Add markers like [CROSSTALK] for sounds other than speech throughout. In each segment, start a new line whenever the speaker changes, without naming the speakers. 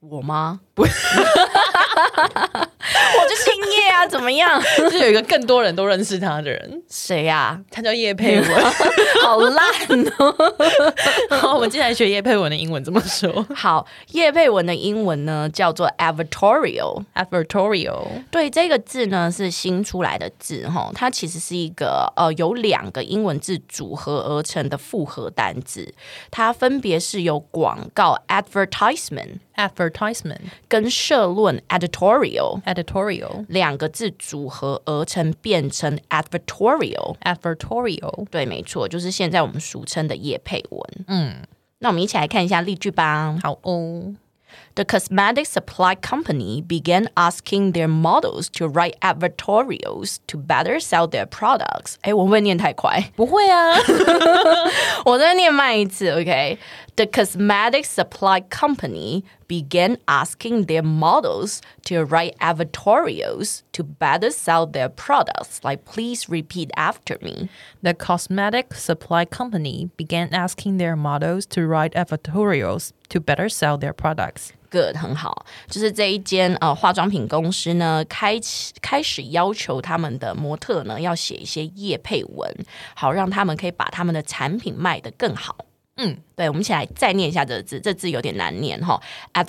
我吗？不，我就姓叶啊，怎么样？
就是有一个更多人都认识他的人， [LAUGHS]
谁呀、
他叫叶佩文。
[LAUGHS] 好烂哦
好，我们接下来学叶佩文的英文怎么说
好，叶佩文的英文呢叫做 advertorial。
？Advertorial。
对，这个字呢是新出来的字哈，它其实是一个呃由两个英文字组合而成的复合单字，它分别是由广告 advertisement
Advertisement,
跟社论 editorial
editorial,
两个字组合而成，变成 advertorial。
advertorial。
对，没错，就是现在我们俗称的叶佩文。嗯，那我们一起来看一下例句吧。
好哦，
The cosmetic supply company began asking their models to write advertorials to better sell their products. 哎，我会不会念太快，
不会啊。
我再念慢一次，OK。The cosmetic supply company began asking their models to write advertorials to better sell their products. Like, please repeat after me.
The cosmetic supply company began asking their models to write advertorials to better sell their products.
Good，很好，就是这一间呃化妆品公司呢，开启开始要求他们的模特呢要写一些业配文，好让他们可以把他们的产品卖得更好。嗯，对，我们一起来再念一下这个字，这字有点难念哈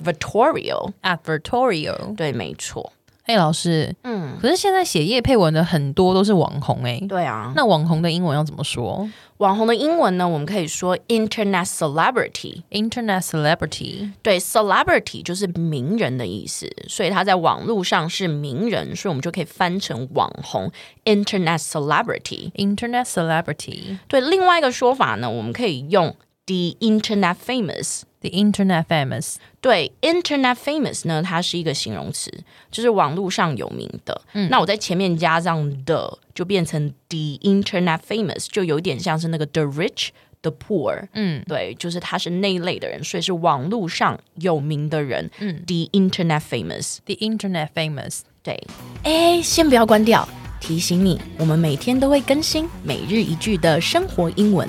，advertorial，
Advertorial。
对，没错，
哎，老师，嗯，可是现在写叶佩文的很多都是网红哎、
对啊。那
那网红的英文要怎么说
网红的英文呢，我们可以说 internet celebrity，
？Internet celebrity。
对，celebrity 就是名人的意思，所以他在网络上是名人，所以我们就可以翻成网红 internet celebrity。
Internet celebrity,
对，另外一个说法呢，我们可以用 the internet famous。
the internet famous,
对，internet famous 呢，它是一个形容词，就是网络上有名的。那我在前面加上 the，就变成 the internet famous，就有点像是那个 the rich。The poor，嗯，对，就是他是那一类的人，所以是网络上有名的人，嗯，the internet famous，
the internet famous.
对，哎，先不要关掉，提醒你，我们每天都会更新每日一句的生活英文，